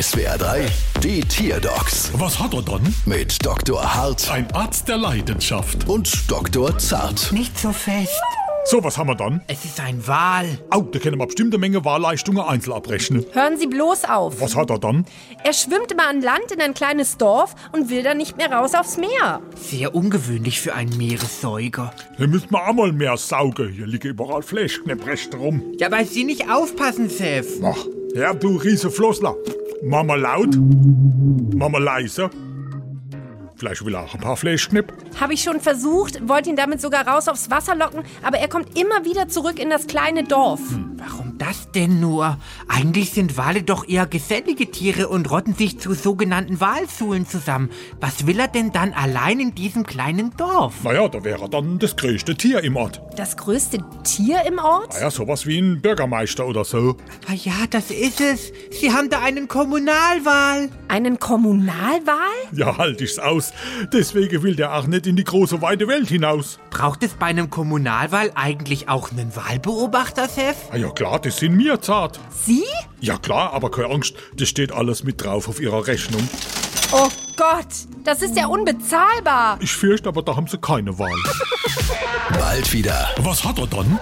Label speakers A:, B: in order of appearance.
A: SWR 3, die Tierdocs
B: Was hat er dann?
A: mit Dr. Hart
B: Ein Arzt der Leidenschaft.
A: und Dr. Zart.
C: Nicht so fest.
B: So, was haben wir dann?
C: Es ist ein Wal.
B: Au, da können wir bestimmte Menge Wahlleistungen einzeln abrechnen.
D: Hören Sie bloß auf.
B: Was hat er dann?
D: Er schwimmt immer an Land in ein kleines Dorf und will dann nicht mehr raus aufs Meer.
C: Sehr ungewöhnlich für einen Meeressäuger.
B: Hier müssen wir einmal mehr saugen. Hier liegen überall Fleischknäpprächte rum.
C: Ja, weil Sie nicht aufpassen, Chef.
B: Ach, ja, du riese Flossler. Mama laut, Mama leise. Vielleicht will er auch ein paar Fleischknepp.
D: Habe ich schon versucht, wollte ihn damit sogar raus aufs Wasser locken, aber er kommt immer wieder zurück in das kleine Dorf.
C: Warum das denn nur? Eigentlich sind Wale doch eher gesellige Tiere und rotten sich zu sogenannten Walsuhlen zusammen. Was will er denn dann allein in diesem kleinen Dorf?
B: Naja, da wäre er dann das größte Tier im Ort.
D: Das größte Tier im Ort?
B: Naja, sowas wie ein Bürgermeister oder so.
C: Ah ja, das ist es. Sie haben da einen Kommunalwahl.
D: Einen Kommunalwahl?
B: Ja, halt ich's aus. Deswegen will der auch nicht in die große weite Welt hinaus.
C: Braucht es bei einem Kommunalwahl eigentlich auch einen Wahlbeobachter, Chef?
B: Ah ja klar, das sind mir zart.
D: Sie?
B: Ja klar, aber keine Angst, das steht alles mit drauf auf ihrer Rechnung.
D: Oh Gott, das ist ja unbezahlbar.
B: Ich fürchte aber, da haben sie keine Wahl.
A: Bald wieder.
B: Was hat er dann?